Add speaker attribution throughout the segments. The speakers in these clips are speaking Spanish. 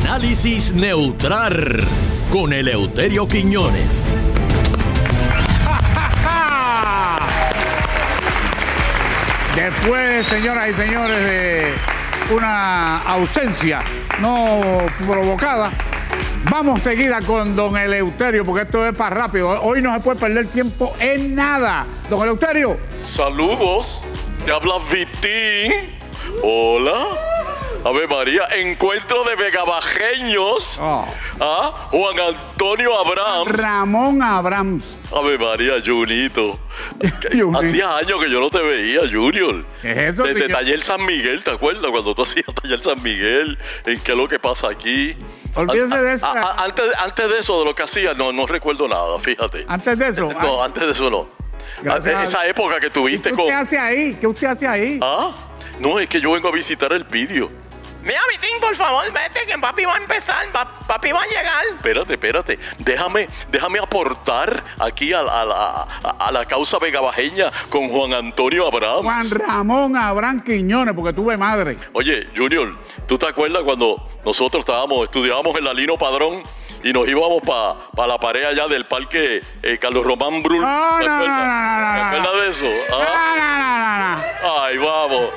Speaker 1: Análisis neutral con Eleuterio Quiñones.
Speaker 2: Después, señoras y señores, de una ausencia no provocada, vamos seguida con don Eleuterio, porque esto es para rápido. Hoy no se puede perder tiempo en nada. Don Eleuterio,
Speaker 3: Saludos, te habla Vitín. Hola. Ave María, encuentro de vegabajeños.
Speaker 2: Oh.
Speaker 3: Ah, Juan Antonio Abrams.
Speaker 2: Ramón Abrams.
Speaker 3: Ave María, Junito.
Speaker 2: Junior.
Speaker 3: Hacía años que yo no te veía, Junior.
Speaker 2: ¿Qué es eso,
Speaker 3: Desde
Speaker 2: tío?
Speaker 3: Taller San Miguel, ¿te acuerdas? Cuando tú hacías Taller San Miguel, en qué es lo que pasa aquí.
Speaker 2: Olvídese
Speaker 3: An-
Speaker 2: de
Speaker 3: a-
Speaker 2: esa.
Speaker 3: a- a- antes, antes de eso, de lo que hacía, no, no recuerdo nada, fíjate.
Speaker 2: Antes de eso,
Speaker 3: No,
Speaker 2: ah.
Speaker 3: antes de eso no.
Speaker 2: Gracias
Speaker 3: Antes-
Speaker 2: a-
Speaker 3: Esa época que
Speaker 2: ¿Y
Speaker 3: tuviste
Speaker 2: ¿Qué
Speaker 3: con.
Speaker 2: usted hace ahí? ¿Qué usted hace ahí?
Speaker 3: Ah, no, es que yo vengo a visitar el vídeo.
Speaker 4: Mira, Vitín, por favor, vete, que papi va a empezar, pa- papi va a llegar.
Speaker 3: Espérate, espérate. Déjame, déjame aportar aquí a, la- a la- a- a la causa vegabajeña con Juan Antonio Abrams.
Speaker 2: Juan Ramón Abrams Quiñones, porque tuve madre.
Speaker 3: Oye, Junior, ¿tú te acuerdas cuando nosotros estábamos, estudiábamos en la Lino Padrón y nos íbamos para la pared allá del parque eh, Carlos Román Brul?
Speaker 2: No, no,
Speaker 3: ¿Te
Speaker 2: no,
Speaker 3: acuerdas?
Speaker 2: no, no, no,
Speaker 3: ¿Te acuerdas
Speaker 2: no. Ah.
Speaker 3: de eso?
Speaker 2: No,
Speaker 3: ¿Ah?
Speaker 2: no, no, no, no.
Speaker 3: Ay, vamos.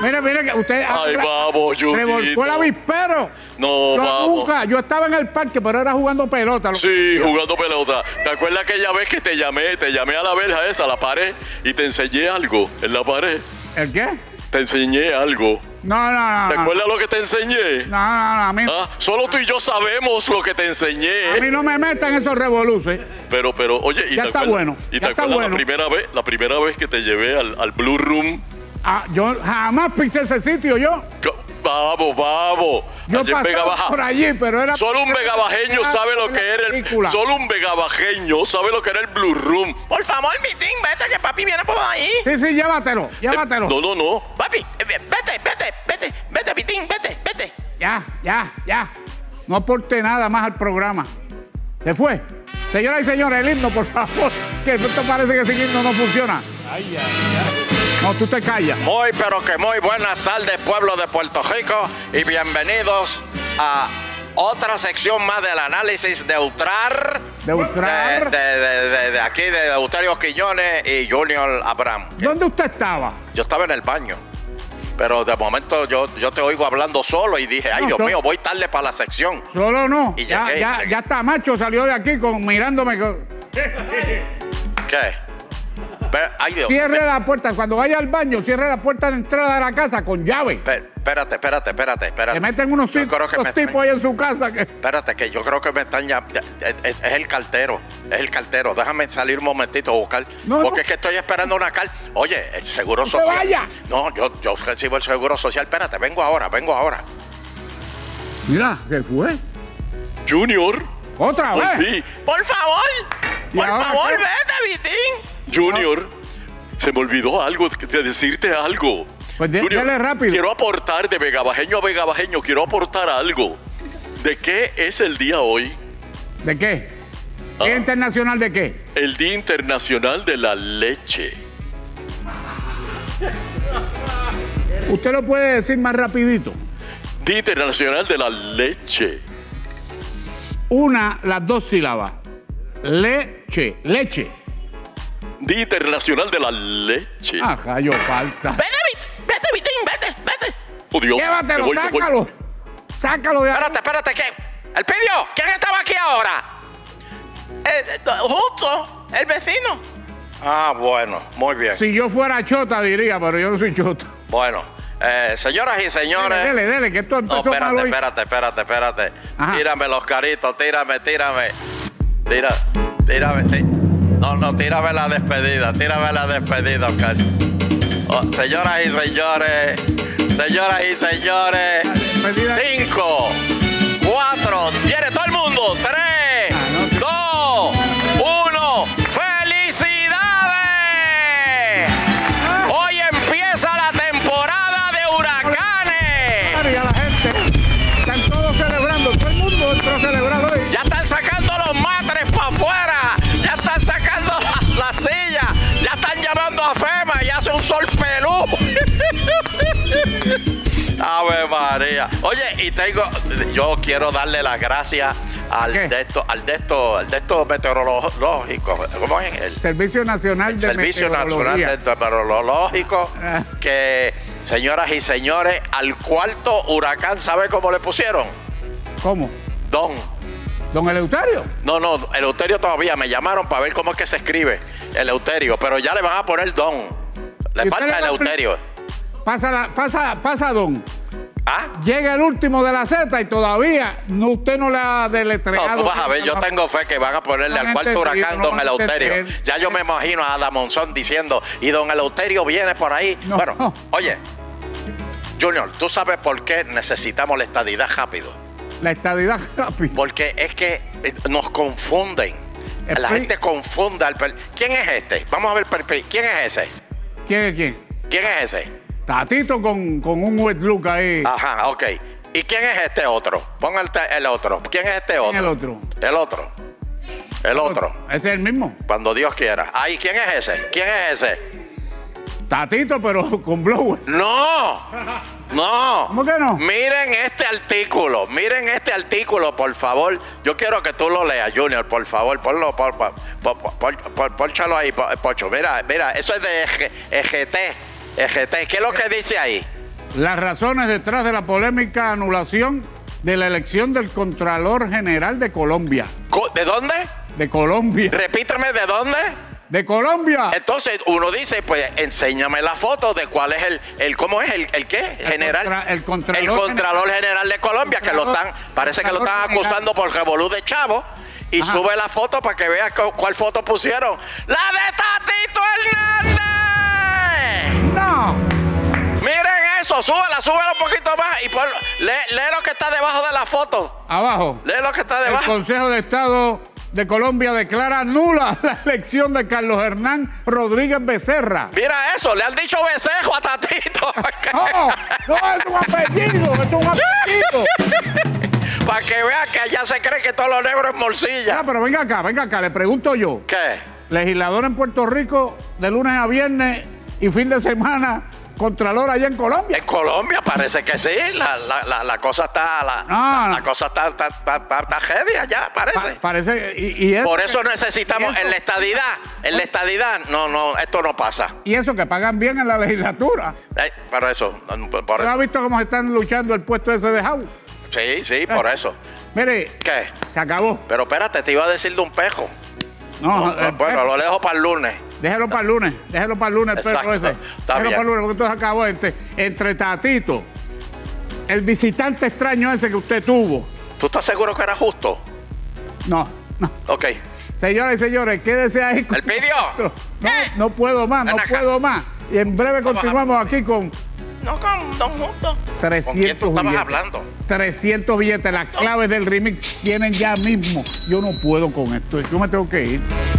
Speaker 2: Mira, mira, que usted.
Speaker 3: Ay, vamos, Junito.
Speaker 2: Ah, Revolcó el avispero.
Speaker 3: No,
Speaker 2: Yo
Speaker 3: vamos.
Speaker 2: nunca, yo estaba en el parque, pero era jugando pelota. lo-
Speaker 3: Sí, jugando pelota. ¿Te acuerdas aquella vez que te llamé? Te llamé a la verja esa, a la pared, y te enseñé algo en la pared.
Speaker 2: ¿El qué?
Speaker 3: Te enseñé algo.
Speaker 2: No, no, no.
Speaker 3: ¿Te
Speaker 2: no.
Speaker 3: acuerdas lo que te enseñé?
Speaker 2: No, no, no, a mí,
Speaker 3: Ah, eh. Solo tú y yo sabemos lo que te enseñé.
Speaker 2: a mí no me metan esos revoluces.
Speaker 3: Pero, pero, oye, ¿y
Speaker 2: Ya
Speaker 3: te
Speaker 2: está
Speaker 3: acuerdas,
Speaker 2: bueno,
Speaker 3: ¿y te
Speaker 2: ya está
Speaker 3: acuerdas
Speaker 2: bueno.
Speaker 3: la primera vez, la primera vez que te llevé al, al Blue Room?
Speaker 2: Ah, yo jamás pisé ese sitio yo.
Speaker 3: Co- Vamos, vamos.
Speaker 2: Yo
Speaker 3: Allí en
Speaker 2: pasé
Speaker 3: Vega Baja.
Speaker 2: por allí, pero era.
Speaker 3: Solo un vegabajeño
Speaker 2: era
Speaker 3: sabe lo
Speaker 2: una
Speaker 3: que era el.
Speaker 2: película.
Speaker 3: Solo un vegabajeño sabe lo que era el Blue Room.
Speaker 4: Por favor, Vitín, vete, que papi viene por ahí.
Speaker 2: Sí, sí, llévatelo, llévatelo.
Speaker 3: No, no, no.
Speaker 4: Papi, eh, vete, vete, vete, vete, Vitín, vete, vete.
Speaker 2: Ya, ya, ya. No aporte nada más al programa. Se fue. Señoras y señores, el himno, por favor. Que esto parece que ese himno no funciona. No, tú te callas.
Speaker 4: Muy, pero que muy buenas tardes, pueblo de Puerto Rico, y bienvenidos a otra sección más del análisis de Utrar.
Speaker 2: De Ultrar.
Speaker 4: De, de- de- de- de aquí, de Euterio Quiñones y Junior Abraham.
Speaker 2: ¿Dónde usted estaba?
Speaker 4: Yo estaba en el baño. Pero de momento yo, yo te oigo hablando solo y dije, ay
Speaker 2: No,
Speaker 4: Dios
Speaker 2: yo-
Speaker 4: mío, voy tarde para la sección.
Speaker 2: Solo no.
Speaker 4: Y
Speaker 2: Ya,
Speaker 4: llegué,
Speaker 2: ya,
Speaker 4: llegué.
Speaker 2: ya está macho, salió de aquí con, mirándome. con-
Speaker 4: ¿Qué? Pe- ay Dios.
Speaker 2: Cierre la puerta. Cuando vaya al baño, cierre la puerta de entrada de la casa con llave.
Speaker 4: Pe- espérate, espérate, espérate, espérate.
Speaker 2: Se meten unos,
Speaker 4: Yo
Speaker 2: sit-
Speaker 4: creo que
Speaker 2: unos
Speaker 4: me-
Speaker 2: tipos ahí en su casa. Que...
Speaker 4: Espérate, que yo creo que me están ya. ya- Es, es el cartero, es el cartero. Déjame salir un momentito a buscar.
Speaker 2: No,
Speaker 4: porque
Speaker 2: no.
Speaker 4: es que estoy esperando una carta. Oye, el seguro
Speaker 2: te
Speaker 4: social.
Speaker 2: vayas.
Speaker 4: No, yo, yo recibo el seguro social. Espérate, vengo ahora, vengo ahora.
Speaker 2: Mira, se fue.
Speaker 3: Junior,
Speaker 2: Otra vez.
Speaker 3: volví.
Speaker 4: ¡Por favor!
Speaker 2: ¿Y ahora qué?
Speaker 4: vete, Vitín!
Speaker 3: Junior, se me olvidó algo, de decirte algo.
Speaker 2: Pues dé- dale rápido.
Speaker 3: Quiero aportar de vegabajeño a vegabajeño, quiero aportar algo. ¿De qué es el día hoy?
Speaker 2: ¿De qué?
Speaker 3: Ah.
Speaker 2: ¿Día internacional de qué?
Speaker 3: El Día Internacional de la Leche.
Speaker 2: Usted lo puede decir más rapidito.
Speaker 3: Día Internacional de la Leche.
Speaker 2: Una, las dos sílabas. Leche, leche.
Speaker 3: Día Internacional de la Leche.
Speaker 2: Ajá, yo falta.
Speaker 4: ¡Vete, Vitín! ¡Vete, Vitín! ¡Vete, vete!
Speaker 3: Oh, Dios, me
Speaker 2: Llévatelo,
Speaker 3: voy, me voy.
Speaker 2: sácalo. Sácalo de ahí.
Speaker 4: Espérate, espérate, ¿qué? ¡El pidió! ¿Quién estaba aquí ahora?
Speaker 3: Oh,
Speaker 4: justo, el vecino. Ah, bueno, muy bien.
Speaker 2: Si yo fuera chota, diría, pero yo no soy chota.
Speaker 4: Bueno, eh, señoras y
Speaker 2: Dele,
Speaker 4: señores.
Speaker 2: dele, dele, que esto
Speaker 4: eh. No,
Speaker 2: empezó mal
Speaker 4: Oh, espérate,
Speaker 2: hoy.
Speaker 4: espérate, espérate, espérate.
Speaker 2: Ajá.
Speaker 4: Tírame los caritos, tírame, tírame. Tira, tírame, tí- No, no, tírame la despedida, tírame la despedida, Oscar. Oh, señoras y señores, señoras y señores,
Speaker 2: Despedida.
Speaker 4: cinco, cuatro, viene todo el mundo, tres, dos, uno, ¡felicidades!
Speaker 2: Ah,
Speaker 4: Hoy empieza la temporada de huracanes.
Speaker 2: Y a la gente. Están todos celebrando. Todo el mundo entró a celebrar hoy.
Speaker 4: Ya están sacando los matres para afuera. Ya están sacando la, la silla. Ya están llamando a FEMA y hace un sol pelú. Ave María. Oye, y tengo, yo quiero darle las gracias al
Speaker 2: ¿Qué?
Speaker 4: de esto, al de esto, al de esto meteorológico. ¿Cómo es el?
Speaker 2: Servicio Nacional de
Speaker 4: Servicio Nacional
Speaker 2: Meteorología.
Speaker 4: de Meteorológico,
Speaker 2: Ah.
Speaker 4: que señoras y señores, al cuarto huracán, ¿sabe cómo le pusieron?
Speaker 2: ¿Cómo?
Speaker 4: Don.
Speaker 2: ¿Don Eleuterio?
Speaker 4: No, no, Eleuterio todavía. Me llamaron para ver cómo es que se escribe Eleuterio, pero ya le van a poner Don.
Speaker 2: ¿Y
Speaker 4: Le
Speaker 2: usted
Speaker 4: falta
Speaker 2: le va a apli-
Speaker 4: Eleuterio.
Speaker 2: Pasa, la- pasa, pasa Don.
Speaker 4: ¿Ah?
Speaker 2: Llega el último de la Z y todavía no, usted no le ha
Speaker 4: No,
Speaker 2: deletreado.
Speaker 4: tú vas a ver, yo tengo fe que van a ponerle
Speaker 2: No
Speaker 4: al
Speaker 2: me
Speaker 4: cuarto
Speaker 2: entendí,
Speaker 4: huracán
Speaker 2: no
Speaker 4: Don
Speaker 2: me
Speaker 4: Eleuterio.
Speaker 2: entendí.
Speaker 4: Ya yo me imagino a Adam Monzón diciendo, y Don Eleuterio viene por ahí.
Speaker 2: No.
Speaker 4: Bueno, oye, Junior, ¿tú sabes por qué necesitamos la estadidad rápido?
Speaker 2: La estadidad rápida.
Speaker 4: Porque es que eh, nos confunden. La
Speaker 2: Expli-
Speaker 4: gente confunde al... per- ¿Quién es este? Vamos a ver, per- per- ¿quién es ese?
Speaker 2: ¿Quién es quién?
Speaker 4: ¿Quién es ese?
Speaker 2: Tatito con, con un wet look ahí.
Speaker 4: Ajá, ok. ¿Y quién es este otro? Pon el, te- el otro. ¿Quién es este
Speaker 2: ¿Quién es el
Speaker 4: otro?
Speaker 2: otro?
Speaker 4: El otro. El otro.
Speaker 2: Ese es el mismo.
Speaker 4: Cuando Dios quiera. Ay, ¿quién es ese? ¿Quién es ese?
Speaker 2: Tatito, pero con blower.
Speaker 4: ¡No! ¡No!
Speaker 2: ¿Cómo que no?
Speaker 4: Miren este artículo. Miren este artículo, por favor. Yo quiero que tú lo leas, Junior, por favor. Ponlo, por, por, por- por- por- pónchalo ahí, po- Pocho. Mira, mira, eso es de E EG- EGT. EGT. E ¿Qué es lo que dice ahí?
Speaker 2: Las razones detrás de la polémica anulación de la elección del Contralor General de Colombia.
Speaker 4: Co- ¿De dónde?
Speaker 2: De Colombia.
Speaker 4: Repítame, ¿de dónde?
Speaker 2: De Colombia.
Speaker 4: Entonces uno dice, pues enséñame la foto de cuál es el, el ¿cómo es? ¿El, el qué? General.
Speaker 2: contra- el Contralor
Speaker 4: El Contralor General de Colombia, que lo están, parece que lo están
Speaker 2: Contralor
Speaker 4: acusando por revolú de chavo. Y sube la foto para que veas cu- cuál foto pusieron. ¡La de Tatito Hernández!
Speaker 2: No.
Speaker 4: Miren eso, súbela, súbela un poquito más y ponlo- lee, lee lo que está debajo de la foto.
Speaker 2: Abajo.
Speaker 4: Lee lo que está
Speaker 2: El
Speaker 4: debajo.
Speaker 2: Consejo de Estado de Colombia declara nula la elección de Carlos Hernán Rodríguez Becerra.
Speaker 4: Mira eso, le han dicho besejo a Tatito.
Speaker 2: No, no es un apellido, es un apellido.
Speaker 4: Para que vean que allá se cree que todos los negros es
Speaker 2: Ah,
Speaker 4: morcilla.
Speaker 2: pero venga acá, venga acá, le pregunto yo.
Speaker 4: ¿Qué?
Speaker 2: Legislador en Puerto Rico de lunes a viernes y fin de semana, Contralor allá en Colombia.
Speaker 4: En Colombia parece que sí. La, la- la- la cosa está. La,
Speaker 2: Ah.
Speaker 4: la- la cosa está, está, está- está- está heavy allá,
Speaker 2: Pa-
Speaker 4: parece.
Speaker 2: parece, y, y eso,
Speaker 4: Por eso necesitamos
Speaker 2: ¿Y eso? ¿Eh?
Speaker 4: en la estadidad. En la estadidad, no, no, esto no pasa.
Speaker 2: y eso que pagan bien en la legislatura.
Speaker 4: Eh, por eso. no, por- por-
Speaker 2: ¿Tú has visto cómo se están luchando el puesto ese de Jau?
Speaker 4: sí, sí, por
Speaker 2: Eh.
Speaker 4: eso.
Speaker 2: Mire,
Speaker 4: ¿Qué?
Speaker 2: se acabó.
Speaker 4: Pero espérate, te iba a decir de un pejo.
Speaker 2: No,
Speaker 4: No,
Speaker 2: eh,
Speaker 4: bueno, lo dejo para el lunes.
Speaker 2: Déjelo para el lunes, déjelo para el lunes, el perro
Speaker 4: Exacto,
Speaker 2: ese.
Speaker 4: está
Speaker 2: déjelo
Speaker 4: bien.
Speaker 2: para el lunes, porque entonces acabó entre, entre Tatito, el visitante extraño ese que usted tuvo.
Speaker 4: ¿Tú estás seguro que era justo?
Speaker 2: No, no.
Speaker 4: Ok.
Speaker 2: Señoras y señores, quédese ahí. con
Speaker 4: ¿El pidió?
Speaker 2: nosotros. No, no puedo más, no
Speaker 4: Ven acá.
Speaker 2: puedo más. Y en breve
Speaker 4: Vamos a-
Speaker 2: continuamos aquí con
Speaker 4: No, con Don Justo. ¿Con quién
Speaker 2: 300
Speaker 4: tú estabas
Speaker 2: billetes.
Speaker 4: hablando?
Speaker 2: 300 billetes, las claves del remix vienen ya mismo. Yo no puedo con esto, yo me tengo que ir.